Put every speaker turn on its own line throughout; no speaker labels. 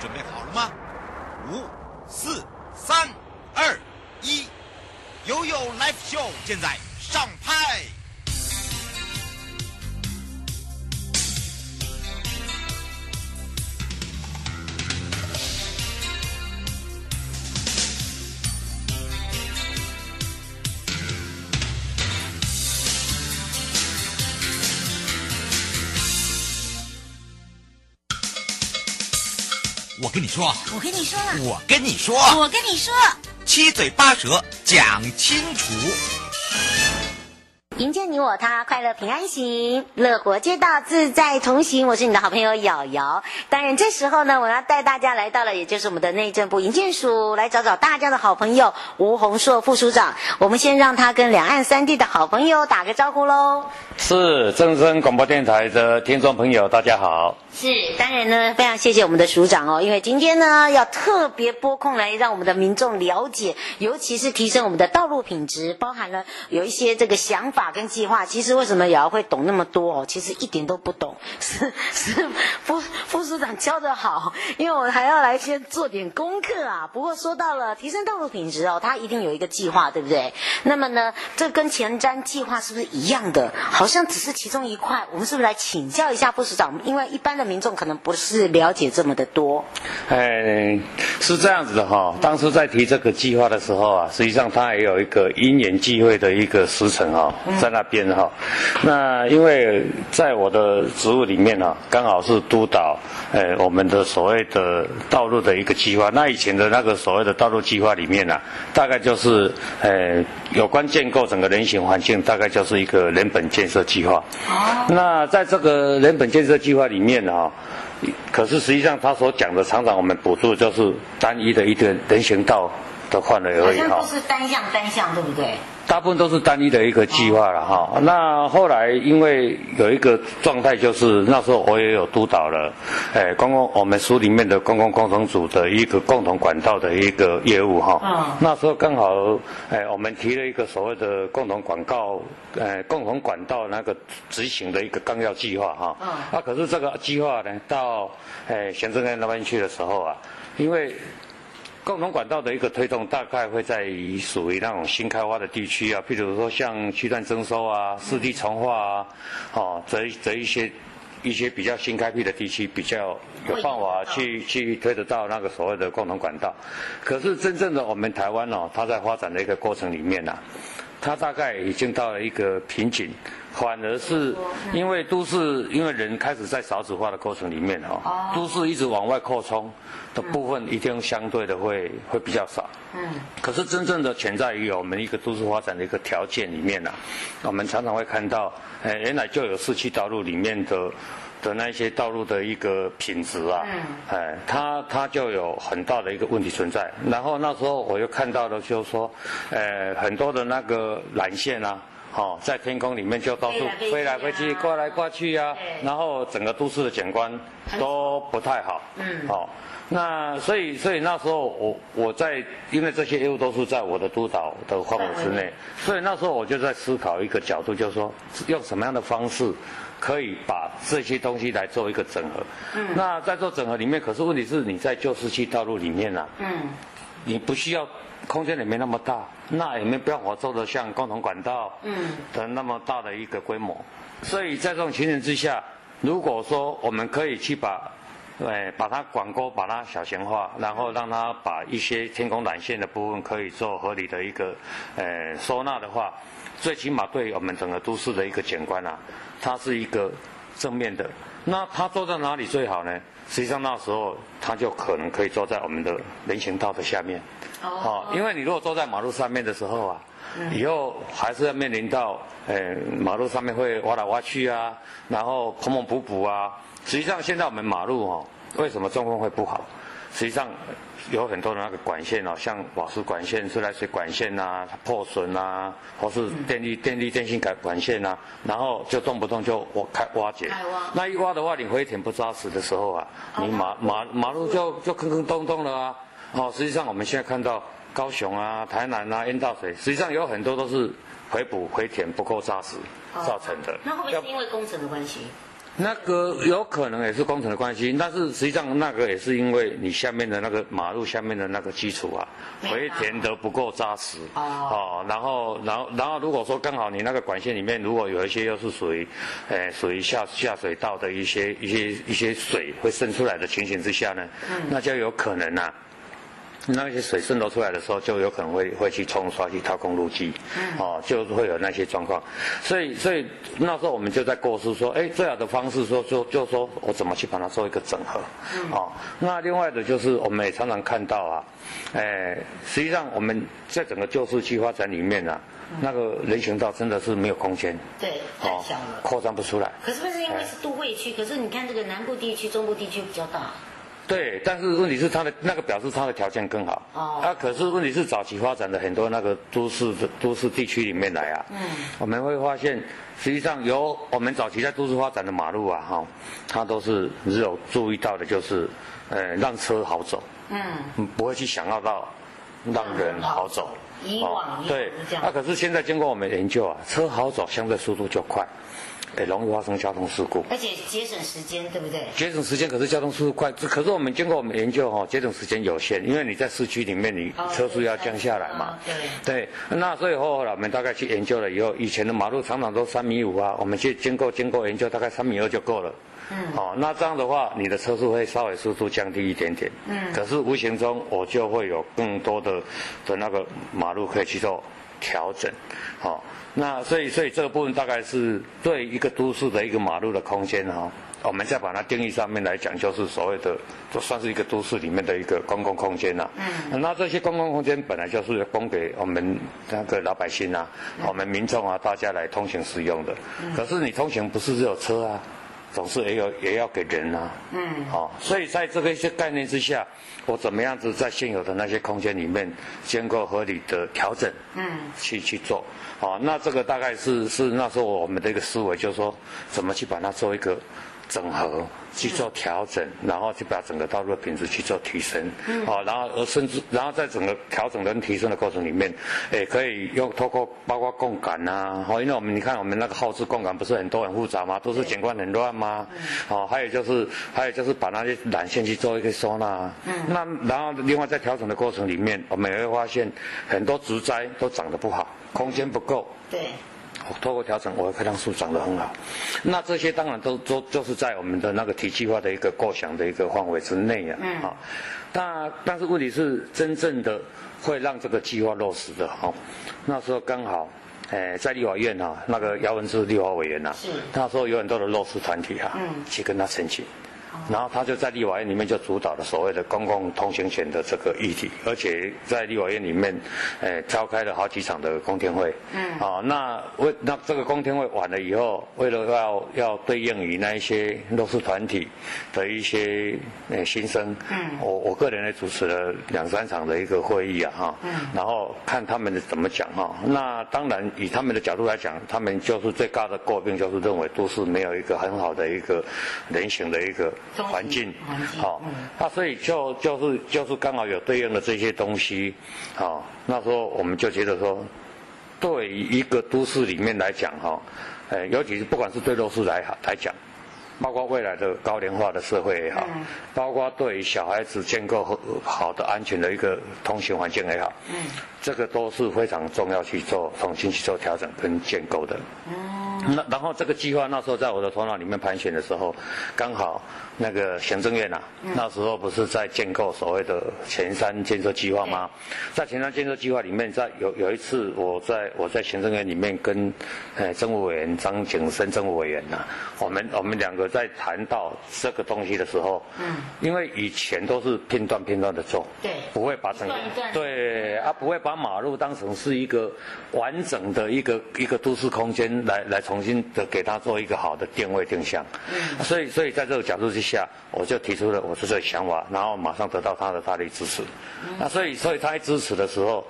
准备好了吗？五、四、三、二、一，友友 live show 现在上拍。我跟你说，
我跟你说了，
我跟你说，
我跟你说，
七嘴八舌讲清楚。
迎接你我他，快乐平安行，乐活街道自在同行。我是你的好朋友瑶瑶。当然，这时候呢，我要带大家来到了，也就是我们的内政部营建署，来找找大家的好朋友吴宏硕副署长。我们先让他跟两岸三地的好朋友打个招呼喽。
是正声广播电台的听众朋友，大家好。
是，当然呢，非常谢谢我们的署长哦，因为今天呢要特别拨空来让我们的民众了解，尤其是提升我们的道路品质，包含了有一些这个想法跟计划。其实为什么也要会懂那么多哦？其实一点都不懂，是是副副署长教的好，因为我还要来先做点功课啊。不过说到了提升道路品质哦，它一定有一个计划，对不对？那么呢，这跟前瞻计划是不是一样的？好像只是其中一块，我们是不是来请教一下副署长？因为一般的民众可能不是了解这么的多。
哎，是这样子的哈、当初在提这个计划的时候啊，实际上它也有一个因缘际会的一个时辰哈、在那边哈、那因为在我的职务里面啊，刚好是督导，呃，我们的所谓的道路的一个计划。那以前的那个所谓的道路计划里面呢、啊，大概就是呃，有关建构整个人行环境，大概就是一个人本建设计划。那在这个人本建设计划里面呢、啊。可是实际上，他所讲的常常我们补助就是单一的一个人行道的范围而已啊哈、
是单向单向，对不对？
大部分都是单一的一个计划了哈。那后来因为有一个状态，就是那时候我也有督导了，哎，公共我们书里面的公共工程组的一个共同管道的一个业务哈。
嗯
那时候刚好，哎，我们提了一个所谓的共同广告，哎，共同管道那个执行的一个纲要计划哈。
嗯
那可是这个计划呢，到哎行政院那边去的时候啊，因为共同管道的一个推动，大概会在于属于那种新开发的地区啊，譬如说像区段征收啊、湿地重化啊，哦，这一这一些一些比较新开辟的地区，比较有办法去去推得到那个所谓的共同管道。可是真正的我们台湾哦，它在发展的一个过程里面呢、啊，它大概已经到了一个瓶颈，反而是因为都市，因为人开始在少子化的过程里面哦，都市一直往外扩充的部分，一定相对的会会比较少。
嗯，
可是真正的潜在于我们一个都市发展的一个条件里面啊，我们常常会看到，呃，原来就有市区道路里面的的那一些道路的一个品质啊，
嗯
哎，它它就有很大的一个问题存在。然后那时候我又看到了，就是说，呃，很多的那个缆线啊。哦，在天空里面就到处
飞
飞
来
来
飞
飞
去啊
去，挂来挂去啊
对，
然后整个都市的景观都不太好。
嗯
哦，那所以所以那时候我我在因为这些业务都是在我的督导的范围之
范围
内
内，
所以那时候我就在思考一个角度，就是说用什么样的方式可以把这些东西来做一个整合。嗯，那在做整合里面，可是问题是你在旧市区道路里面啊，
嗯，
你不需要空间也没那么大，那也没办法做的像共同管道，
嗯，
的那么大的一个规模。所以在这种情形之下，如果说我们可以去把，哎，把它广沟，把它小型化，然后让它把一些天空缆线的部分可以做合理的一个，呃，收纳的话，最起码对我们整个都市的一个景观啊，它是一个正面的。那它做在哪里最好呢？实际上那时候它就可能可以坐在我们的人行道的下面，哦，因为你如果坐在马路上面的时候啊，以后还是要面临到，呃，马路上面会挖来挖去啊，然后缝缝补补啊。实际上现在我们马路哦，为什么状况会不好？实际上有很多的那个管线哦，像瓦斯管线、自来水管线呐、它破损啊，或是电力、电力、电信管管线啊，然后就动不动就挖开挖掘
开挖。
那一挖的话，你回填不扎实的时候啊，
哦
你马马马路就就坑坑洞洞了啊。哦，实际上我们现在看到高雄啊、台南啊、淹大水，实际上有很多都是回补回填不够扎实造成的。
哦那会不会
要
是因为工程的关系？
那个有可能也是工程的关系，但是实际上那个也是因为你下面的那个马路下面的那个基础啊，
没有
回填得不够扎实
哦
然后然后然后如果说刚好你那个管线里面如果有一些又是属于，呃，属于下下水道的一些一些一些水会渗出来的情形之下呢，那就有可能啊。那些水渗流出来的时候，就有可能会会去冲刷、去掏空路基，
嗯
哦，就会有那些状况。所以，所以那时候我们就在构思说，哎，最好的方式说，就就说我怎么去把它做一个整合，
嗯
哦。那另外的就是，我们也常常看到啊，哎，实际上我们在整个旧市区发展里面啊，那个人行道真的是没有空间，哦
对，嗯太小了。
扩张不出来。
可是不是因为是都会区？可是你看这个南部地区、中部地区比较大，
对，但是问题是它的那个表示它的条件更好。
哦
啊，可是问题是早期发展的很多那个都市的都市地区里面来啊。嗯。我们会发现，实际上有我们早期在都市发展的马路啊，哈、它都是只有注意到的就是，呃，让车好走。
嗯，
嗯不会去想要到让人好走。哦
以往以往
对
是这，样
那、可是现在经过我们研究啊，车好走相对速度就快，也容易发生交通事故。
而且节省时间，对不对？
节省时间可是交通速度快，这可是我们经过我们研究哈、哦，节省时间有限，因为你在市区里面，你
哦
车速要降下来嘛。
对
对。那所以后来我们大概去研究了以后，以前的马路常常都三米五啊，我们去经过经过研究，大概三米二就够了。嗯。哦，那这样的话，你的车速会稍微速度降低一点点。嗯。可是无形中我就会有更多的的那个马路可以去做调整，好、那所以所以这个部分大概是对一个都市的一个马路的空间哈、我们再把它定义上面来讲，就是所谓的，就算是一个都市里面的一个公共空间呐、嗯，那这些公共空间本来就是供给我们那个老百姓啊，我们民众啊，大家来通行使用的。可是你通行不是只有车啊，总是也有也要给人啊。嗯，哦，所以在这个一些概念之下，我怎么样子在现有的那些空间里面，经过合理的调整，嗯，去去做，哦，那这个大概是是那时候我们的一个思维，就是说怎么去把它做一个整合，去做调整，然后去把整个道路的品质去做提升，嗯，哦，然后而甚至然后在整个调整跟提升的过程里面，也可以用透过包括共感啊，哦，因为我们你看我们那个耗资共感不是很多很复杂吗？都是景观很乱吗？哦，还有就是还有就是把那些缆线去做一个收纳啊，嗯，那然后另外在调整的过程里面，我们也会发现很多植栽都长得不好，空间不够，
对，
我哦透过调整，我会让树长得很好。那这些当然都都就是在我们的那个体系化的一个构想的一个范围之内啊。嗯。啊，但但是问题是，真正的会让这个计划落实的哈、哦，那时候刚好。哎，在立法院啊，那个姚文智立法委员啊
是，
那时候有很多的弱势团体啊，
嗯
去跟他申请，然后他就在立法院里面就主导了所谓的公共通行权的这个议题，而且在立法院里面，呃，召开了好几场的公听会。嗯。啊、那为那这个公听会完了以后，为了要要对应于那一些弱势团体的一些呃心声，嗯，我我个人呢主持了两三场的一个会议啊哈，嗯，然后看他们的怎么讲哈、那当然以他们的角度来讲，他们就是最大的诟病就是认为都市没有一个很好的一个人行的一个
东西
环境
环境，
好、那所以就就是就是刚好有对应的这些东西，好、那时候我们就觉得说，对于一个都市里面来讲哈，呃，尤其是不管是对弱势来来讲，包括未来的高龄化的社会也好，包括对于小孩子建构好好的安全的一个通行环境也好，嗯，这个都是非常重要去做重新去做调整跟建构的。
哦
那然后这个计划那时候在我的头脑里面盘旋的时候，刚好那个行政院啊，
嗯
那时候不是在建构所谓的前山建设计划吗？在前山建设计划里面，在有有一次我在我在行政院里面跟呃政务委员张景生政务委员呐、我们我们两个在谈到这个东西的时候，嗯，因为以前都是片段片段的做，
对
不会把整个
一段一段
对。对啊，不会把马路当成是一个完整的一个一个都市空间来来重新的给它做一个好的定位定向。嗯，所以所以在这个角度之下，我就提出了我的这个想嗯法，然后马上得到他的大力支持。那所以所以他一支持的时候。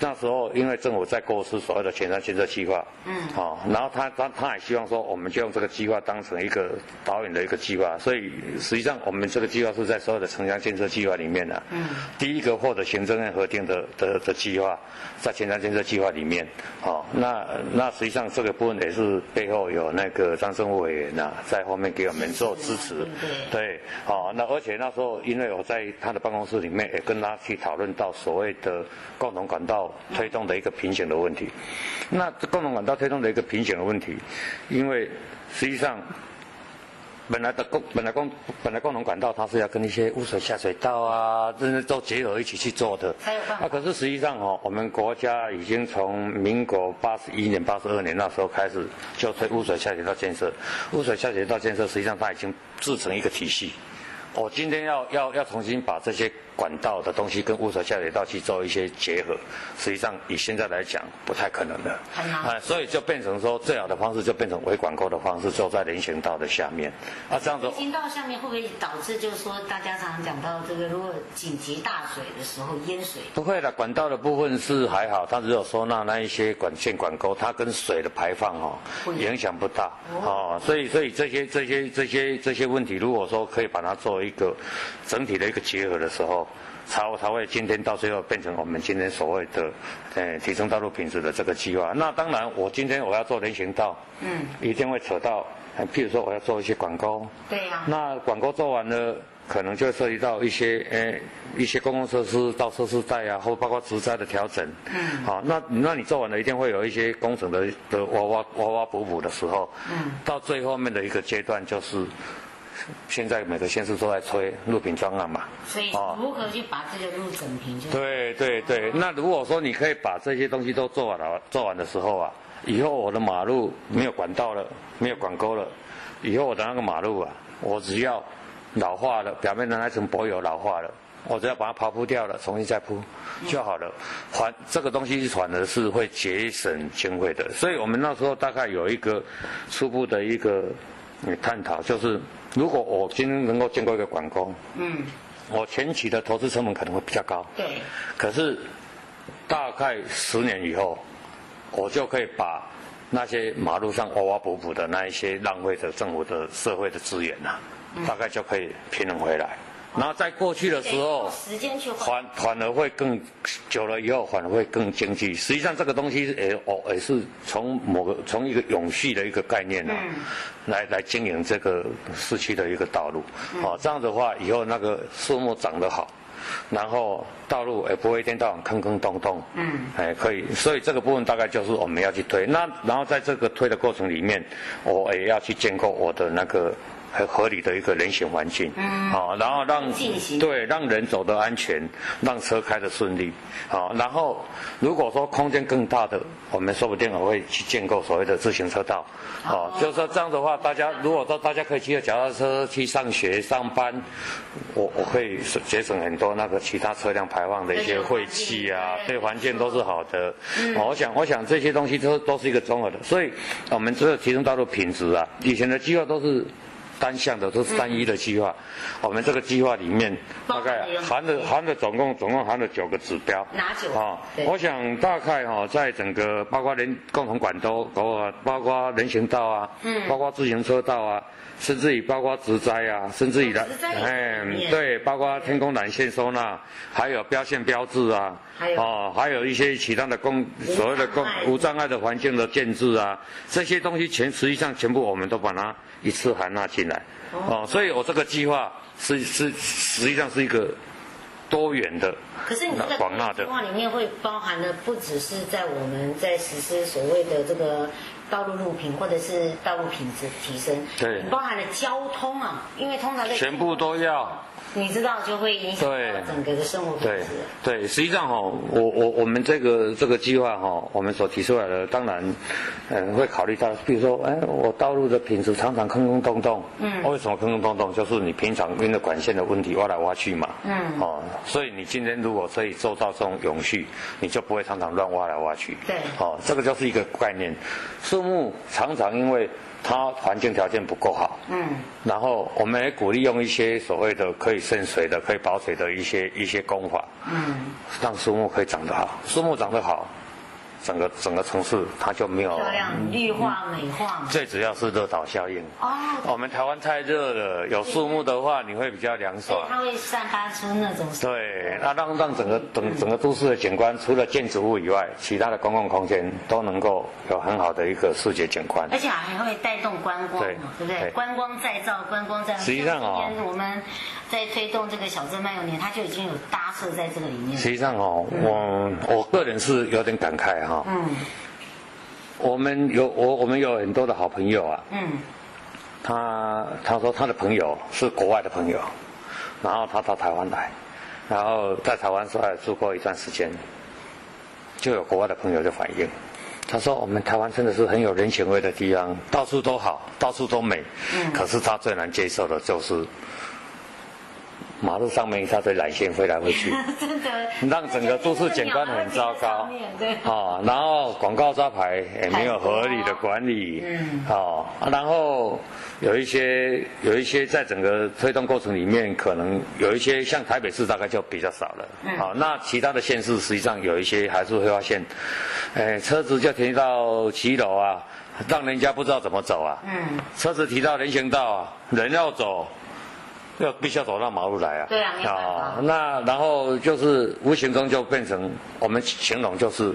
那时候因为政府在构思所谓的前瞻建设计划，嗯，好、然后他他他也希望说，我们就用这个计划当成一个导演的一个计划，所以实际上我们这个计划是在所有的城乡建设计划里面的、嗯，第一个获得行政院核定的的的计划，在前瞻建设计划里面，好、那那实际上这个部分也是背后有那个张生武委员呐、在后面给我们做支持，对，好、那而且那时候因为我在他的办公室里面也跟他去讨论到所谓的共同管道推动的一个评选的问题，那这共同管道推动的一个评选的问题，因为实际上。本来的共本来共本来共同管道，它是要跟一些污水下水道啊，这些都结合一起去做的。
才有办法
啊，可是实际上哦，我们国家已经从民国八十一年、八十二年那时候开始就推污水下水道建设。污水下水道建设实际上它已经制成一个体系。我今天要 要要重新把这些管道的东西跟污水下水道去做一些结合，实际上以现在来讲不太可能的。
很难
啊，所以就变成说最好的方式就变成微管沟的方式，就在人行道的下面。啊，这样子
北京道上面会不会导致，就是说大家常常讲到这个，如果紧急大水的时候淹水，
不会的，管道的部分是还好，它只有收纳那一些管线、管沟，它跟水的排放哦
不一样
影响不大哦，所以所以这些这些这些这些问题，如果说可以把它做一个整体的一个结合的时候。才才会今天到最后变成我们今天所谓的，呃，提升道路品质的这个计划。那当然，我今天我要做人行道，嗯，一定会扯到，呃譬如说我要做一些管沟，
对呀、
那广告做完了，可能就涉及到一些呃一些公共设施到设施带啊，或包括植栽的调整。嗯。好、那那你做完了，一定会有一些工程的的挖挖挖挖补补的时候。嗯。到最后面的一个阶段就是。现在每个县市都在推路平专案嘛，
所以
哦
如何去把这个路整平就，
对对对，那如果说你可以把这些东西都做完了，做完的时候啊，以后我的马路没有管道了，没有管沟了，以后我的那个马路啊，我只要老化了，表面的那层柏油老化了。我只要把它刨铺掉了，重新再铺就好了。反这个东西反而是会节省经费的，所以我们那时候大概有一个初步的一个嗯探讨，就是如果我今天能够建构一个管工，
嗯，
我前期的投资成本可能会比较高，
对，
可是大概十年以后，我就可以把那些马路上挖挖补补的那一些浪费的政府的社会的资源呐、啊大概就可以平衡回来。然后在过去的时候
用，时间去换，
反反而会更久了以后，反而会更经济。实际上，这个东西也哦也是从某个从一个永续的一个概念啊，来来经营这个市区的一个道路。哦，这样的话，以后那个树木长得好。然后道路呃也不会一天到晚坑坑洞洞，嗯，哎，可以，所以这个部分大概就是我们要去推。那然后在这个推的过程里面，我也要去建构我的那个很合理的一个人行环境，嗯，好、然后让
进行
对，让人走得安全，让车开得顺利。好，然后如果说空间更大的，我们说不定我会去建构所谓的自行车道。好，就是说这样的话，大家如果说大家可以骑着脚踏车去上学、上班，我我会节省很多那个其他车辆排放的一些晦气啊，对环境都是好的。
嗯
哦我想，我想这些东西都都是一个综合的，所以我们这个提升道路品质啊，以前的计划都是。单向的都是单一的计划，
嗯
我们这个计划里面大概啊含了含了总共总共含了九个指标。
哪九个
啊、
对
我想大概哈、哦，在整个包括人共同管道，啊，包括人行道啊，嗯，包括自行车道啊，甚至于包括植栽啊，甚至于
哦
来哎
植栽也在里面
对，包括天空缆线收纳，还有标线标志啊，
还有
哦，还有一些其他的公所谓的公
障碍
无障碍的环境的建制啊，这些东西全实际上全部我们都把它一次含纳进来。哦，所以我这个计划是是实际上是一个多元的
可是你这个
广纳的
计。划里面会包含的不只是在我们在实施所谓的这个道路路平或者是道路品质提升，
对
你包含了交通啊，因为通常在
全部都要，
你知道就会影响到
对
整个的生活品
对
质。
对，实际上哈、我我我们这个这个计划哈、我们所提出来的，当然，嗯，会考虑到，比如说，哎，我道路的品质常常坑坑洞洞，嗯，为什么坑坑洞洞？就是你平常因为管线的问题挖来挖去嘛，嗯，哦，所以你今天如果可以做到这种永续，你就不会常常乱挖来挖去，
对
哦，这个就是一个概念，树木常常因为它环境条件不够好，
嗯，
然后我们也鼓励用一些所谓的可以渗水的、可以保水的一些一些工法，
嗯，
让树木可以长得好。树木长得好，整个整个城市它就没有。
漂亮，绿化美化嘛。
最主要是热岛效应。
哦，
我们台湾太热了，有树木的话，你会比较凉
所以
爽。
它会散发出那种
对，那让让整个整整个都市的景观，除了建筑物以外，其他的公共空间都能够有很好的一个视觉景观。
而且还会带动观光嘛，对
对
不对？
对
观光再造，观光再造。
实际上哦
像今年我们在推动这个小镇漫游年，它就已经有搭设在这个里面
实
了。
际上哦，我我个人是有点感慨哈、
嗯
我们有我我们有很多的好朋友啊，
嗯，
他他说他的朋友是国外的朋友，然后他到台湾来，然后在台湾出来住过一段时间，就有国外的朋友就反映，他说我们台湾真的是很有人情味的地方，到处都好，到处都美，
嗯
可是他最难接受的就是马路上面一大堆缆线飞来飞去。
真的。
让整个都市景观很糟 糕
对，
啊、然后广告招牌也没有合理的管理，
啊嗯
哦，啊然后有一些有一些在整个推动过程里面，可能有一些像台北市大概就比较少了，
嗯
好、那其他的县市实际上有一些还是会发现，哎，车子就停到骑楼啊，让人家不知道怎么走啊，
嗯，
车子停到人行道啊，人要走，要必须要走到马路来啊。
对啊没办法
那然后就是无形中就变成我们形容就是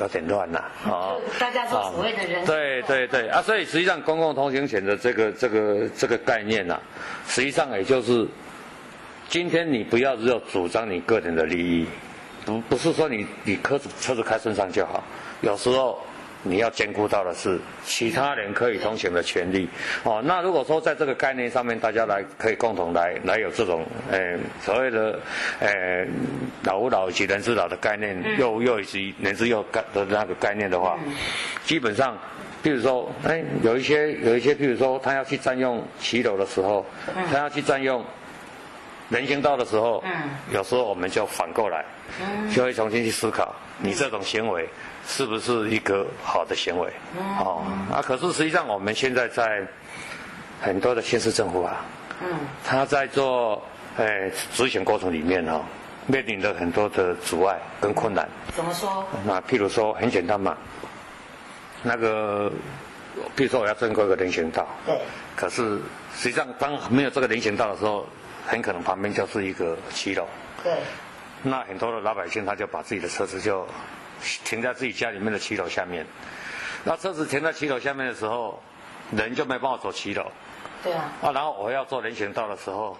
有点乱了啊。哦
就大家说所谓的人
啊对对对啊，所以实际上公共通行险的这个这个这个概念啊，实际上也就是今天你不要只有主张你个人的利益，不不是说你你车子车子开顺畅就好，有时候你要兼顾到的是其他人可以通行的权利。哦，那如果说在这个概念上面，大家来可以共同来来有这种呃所谓的呃老吾老以及人之老的概念，幼吾幼以及人之幼概的那个概念的话，基本上。比如说，哎，有一些有一些，譬如说，他要去占用骑楼的时候，他要去占用人行道的时候，
嗯
有时候我们就反过来，就会重新去思考，你这种行为是不是一个好的行为？哦，啊，可是实际上我们现在在很多的县市政府啊，
嗯，
他在做呃执行过程里面哦，面临着很多的阻碍跟困难。
怎么说？
那譬如说很简单嘛，那个，譬如说我要正规一个人行道，
对，
可是实际上当没有这个人行道的时候，很可能旁边就是一个骑楼。
对，
那很多的老百姓他就把自己的车子就停在自己家里面的骑楼下面，那车子停在骑楼下面的时候，人就没办法走骑楼
对啊，
啊。然后我要做人行道的时候，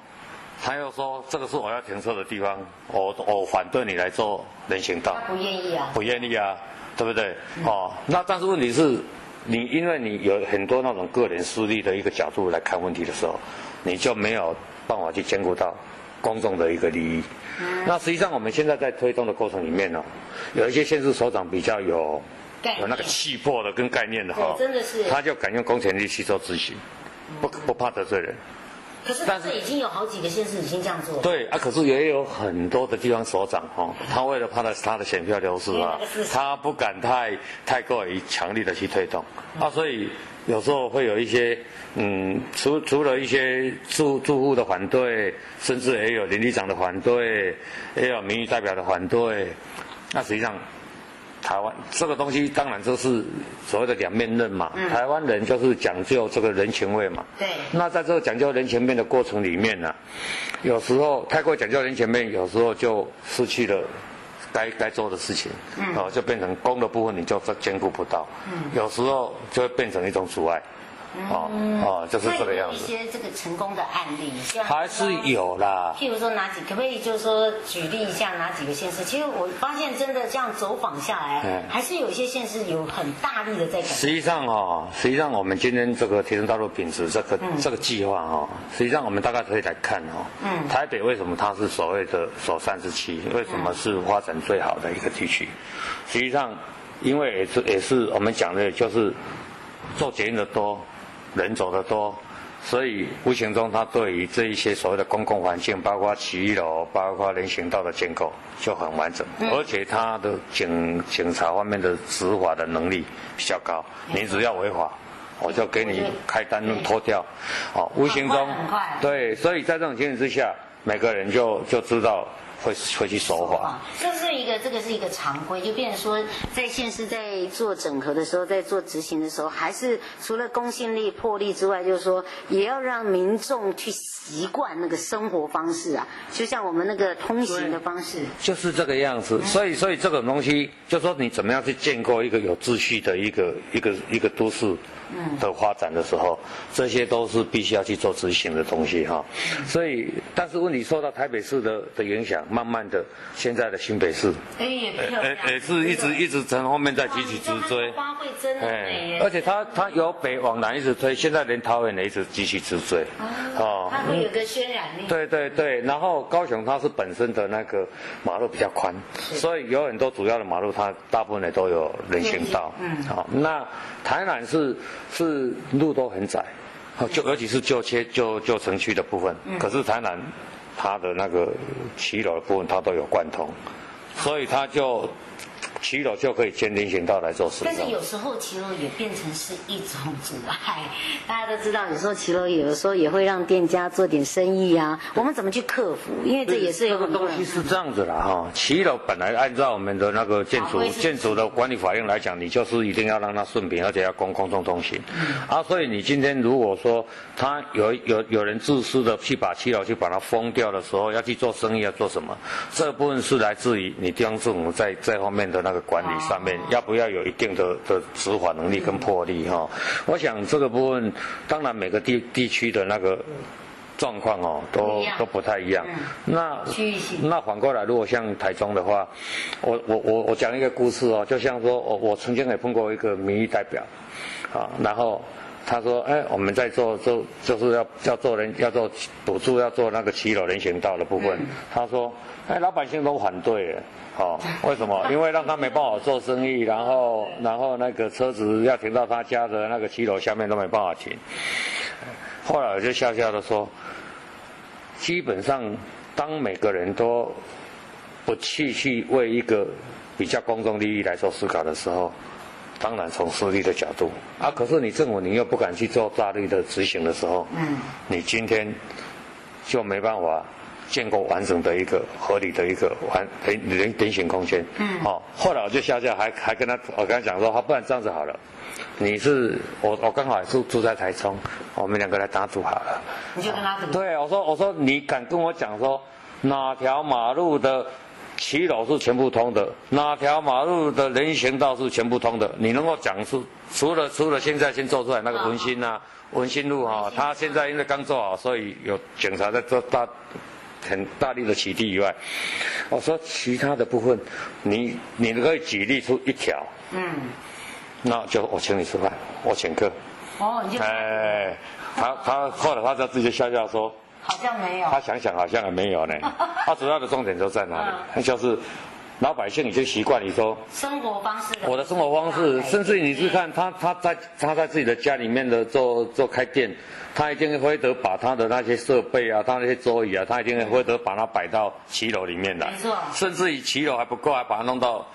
他又说这个是我要停车的地方，我我反对你来做人行道
他。不愿意啊。
不愿意啊，对不对？
嗯
哦，那但是问题是，你因为你有很多那种个人私利的一个角度来看问题的时候，你就没有办法去兼顾到公众的一个利益。
嗯
那实际上我们现在在推动的过程里面呢、有一些县市首长比较有
概念
有那个气魄的跟概念的哈、
对真的是
他就敢用公权力去做执行，不不怕得罪人。
可是
但
但
是
是已经有好几个县市已经这样做了。
对啊，可是也有很多的地方所长 哦，他为了怕的他的选票流失啊
因为那个 是，
他不敢太太过于强力的去推动
嗯
啊，所以有时候会有一些嗯，除除了一些住住户的反对，甚至也有邻里长的反对，也有民意代表的反对，那实际上。台湾这个东西当然就是所谓的两面刃嘛，
嗯
台湾人就是讲究这个人情味嘛，
对
那在这个讲究人情面的过程里面呢、有时候太过讲究人情面，有时候就失去了该该做的事情，嗯、哦，就变成公的部分你就兼顾不到，嗯、有时候就会变成一种阻碍，哦哦，就是这
那
个
有
样
没有一
子，
些这个成功的案例，希望
还是有啦。
譬如说哪几，可不可以就是说举例一下哪几个县市？其实我发现真的这样走访下来，
嗯
还是有一些县市有很大力的在改
实际上哦，实际上我们今天这个提升道路品质这个、这个计划哦，实际上我们大概可以来看哦，
嗯
台北为什么它是所谓的首善之区，为什么是发展最好的一个地区？实际上，因为也是也是我们讲的就是做捷运的多，人走的多。所以无形中，它对于这一些所谓的公共环境，包括骑楼、包括人行道的建构，就很完整，
嗯
而且它的警警察方面的执法的能力比较高。你只要违法，我就给你开单脱掉，哦，无形中
很快
对，所以在这种情形之下，每个人就就知道会会去守法
啊。，这是一个这个是一个常规，就变成说，在现实在做整合的时候，在做执行的时候，还是除了公信力、魄力之外，就是说，也要让民众去习惯那个生活方式啊，就像我们那个通行的方式。
就是这个样子，所以所以这种东西，就说你怎么样去建构一个有秩序的一个一个一个都市的发展的时候，这些都是必须要去做执行的东西哈。所以，但是问题受到台北市的的影响，慢慢的现在的新北市，
哎，也漂
呃
亮，
呃是一直一直从后面在
哇
急起直哎追
你知道那个。花卉真的美耶，
而且它它由北往南一直推，现在连桃园也一直急起直追，
哦，它会有个渲染力。
对对对，然后高雄它是本身的那个马路比较宽，所以有很多主要的马路它大部分也都有人行道。
嗯
好，那台南是是路都很窄，好就尤其是旧切旧旧城区的部分，
嗯
可是台南它的那个骑楼的部分它都有贯通，所以它就骑楼就可以兼人行道来做使
但是
用。
有时候骑楼也变成是一种阻碍。 大家都知道，有时候骑楼有的时候也会让店家做点生意啊。我们怎么去克服？因为这也是有
个
很多
东
人
西是这样子啦哈，骑楼本来按照我们的那个建
法
筑
规是
建筑的管理法令来讲，你就是一定要让它顺平，而且要公公众通行。啊，所以你今天如果说他有有有人自私的去把骑楼去把它封掉的时候，要去做生意要做什么，这部分是来自于你地方政府在在后面的那个管理上
哦
面，要不要有一定的的执法能力跟魄力哈、我想这个部分，当然每个地地区的那个。状况哦，
不
都
一样
都不太一样。
嗯
那
区域性
那反过来，如果像台中的话，我我我我讲一个故事哦，就像说我我曾经也碰过一个民意代表，啊，然后他说，哎，我们在做做就是要要做人要做补助要做那个骑楼人行道的部分，
嗯
他说，哎，老百姓都反对耶， 哦，为什么？因为让他没办法做生意，然后然后那个车子要停到他家的那个骑楼下面都没办法停。后来我就笑笑的说，基本上，当每个人都不去去为一个比较公众利益来做思考的时候，当然从私利的角度啊，可是你政府你又不敢去做大力的执行的时候，
嗯，
你今天就没办法建构完整的一个合理的一个完人人人行空间。嗯，哦，后来我就下架，还还跟他，我跟他讲说，啊不然这样子好了，你是我我刚好也住住在台中，哦我们两个来打赌好了。
你就跟他赌。
对，我说我说你敢跟我讲说哪条马路的骑楼是全部通的，哪条马路的人行道是全部通的？你能够讲出除了除了现在先做出来那个文心啊，文心路哈、他现在因为刚做好，所以有警察在做大很大力的取缔以外，我说其他的部分，你你可以举例出一条，
嗯，
那就我请你吃饭，我请客，
哦，你就
哎，他他后来他就自己笑笑说。
好像没有。
他想想好像也没有 呢。他主要的重点都在哪里？
嗯
那就是老百姓已经习惯你说
生活方式的。
我的生活方式，甚至你去看他他在他在自己的家里面的做做开店，他一定会得把他的那些设备啊，他那些桌椅啊，他一定会得把它摆到骑楼里面来。
没错
甚至于骑楼还不够，还把它弄到。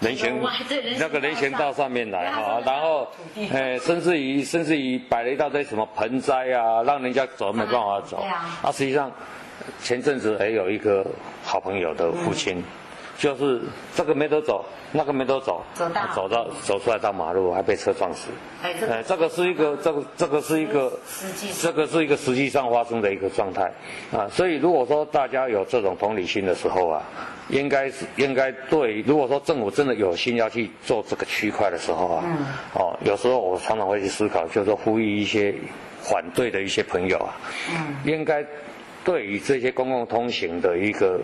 人行
楼外对人行
那个人行道上面来
道上
哈，
对
然后
土地，
哎，甚至于甚至于摆了一大堆什么盆栽啊，让人家走没办法走。
对啊
啊，实际上前阵子也有一个好朋友的父亲，
嗯
就是这个没得走，那个没得走，
走到
啊走到走出来到马路还被车撞死。
哎，这个
呃，这个是一个，这个这个是一个
实际，上
这个是一个实际上发生的一个状态啊。所以如果说大家有这种同理心的时候啊，应该是应该对，如果说政府真的有心要去做这个区块的时候啊，
嗯
哦，有时候我常常会去思考，就是说呼吁一些反对的一些朋友啊，
嗯
应该对于这些公共通行的一个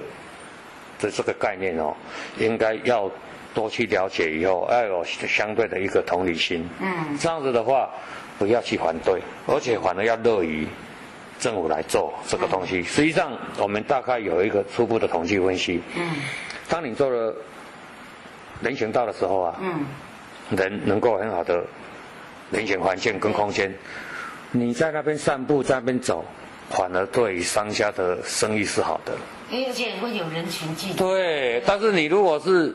的这个概念哦，应该要多去了解，以后要有相对的一个同理心。
嗯，
这样子的话，不要去反对，而且反而要乐于政府来做这个东西。实际上，我们大概有一个初步的统计分析。嗯，当你做了人行道的时候啊，
嗯，
人能够很好的人行环境跟空间，你在那边散步，在那边走，反而对于商家的生意是好的。
因为而且会有人群聚集。
对，但是你如果是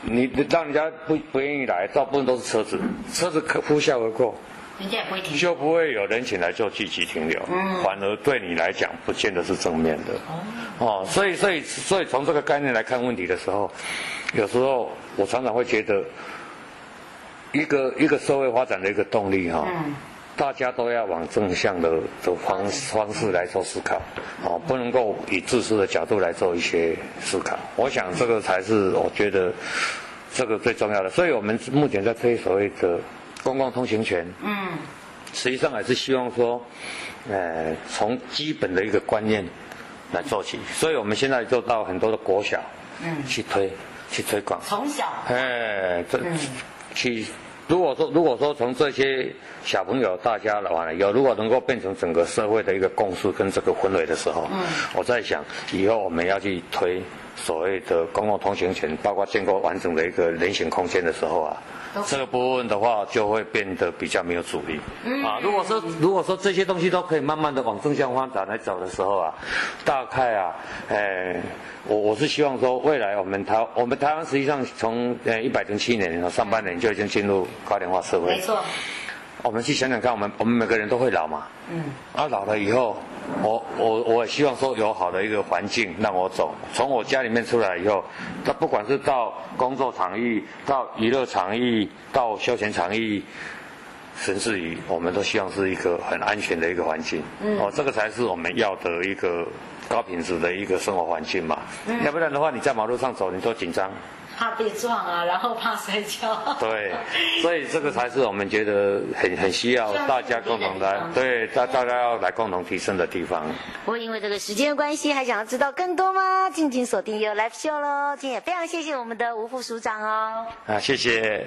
你让人家不不愿意来，大部分都是车子，车子可呼啸而过，
人家也不会停。
就不会有人请来做积极停留，反而对你来讲不见得是正面的。哦，所以所以所以从这个概念来看问题的时候，有时候我常常会觉得，一个一个社会发展的一个动力哈、
嗯
大家都要往正向的的方方式来做思考，哦，不能够以自私的角度来做一些思考。我想这个才是我觉得这个最重要的。所以我们目前在推所谓的公共通行权，
嗯
实际上还是希望说，呃，从基本的一个观念来做起。所以我们现在就到很多的国小
嗯，
去推去推广，
从小
哎，这
嗯
去。如果说如果说从这些小朋友大家完了有，如果能够变成整个社会的一个共识跟这个氛围的时候，
嗯
我在想以后我们要去推所谓的公共通行权，包括建构完整的一个人行空间的时候啊，这个部分的话就会变得比较没有阻力、啊。如果说如果说这些东西都可以慢慢的往正向发展来走的时候啊，大概啊，呃，我我是希望说未来我们台我们台湾实际上从呃一百零七年上半年就已经进入高龄化社会，
没错，
我们去想想看，我们我们每个人都会老嘛。
嗯。
啊，老了以后，我我我也希望说有好的一个环境让我走。从我家里面出来以后，那不管是到工作场域、到娱乐场域、到休闲场域，甚至于我们都希望是一个很安全的一个环境。嗯。哦，这个才是我们要的一个高品质的一个生活环境嘛。嗯。要不然的话，你在马路上走，你都紧张。
怕被撞啊，然后怕摔跤。
对，所以这个才是我们觉得很很需要大家共同来，对大大家要来共同提升的地方。
不过因为这个时间的关系，还想要知道更多吗？敬请锁定 You Live Show 喽！今天也非常谢谢我们的吴副署长哦。
啊，谢谢。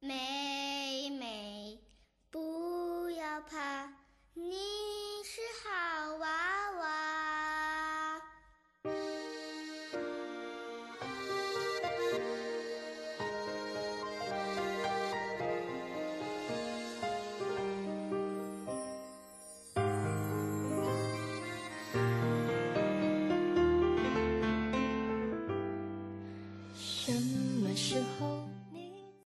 妹妹，不要怕，你是好娃娃。
什么时候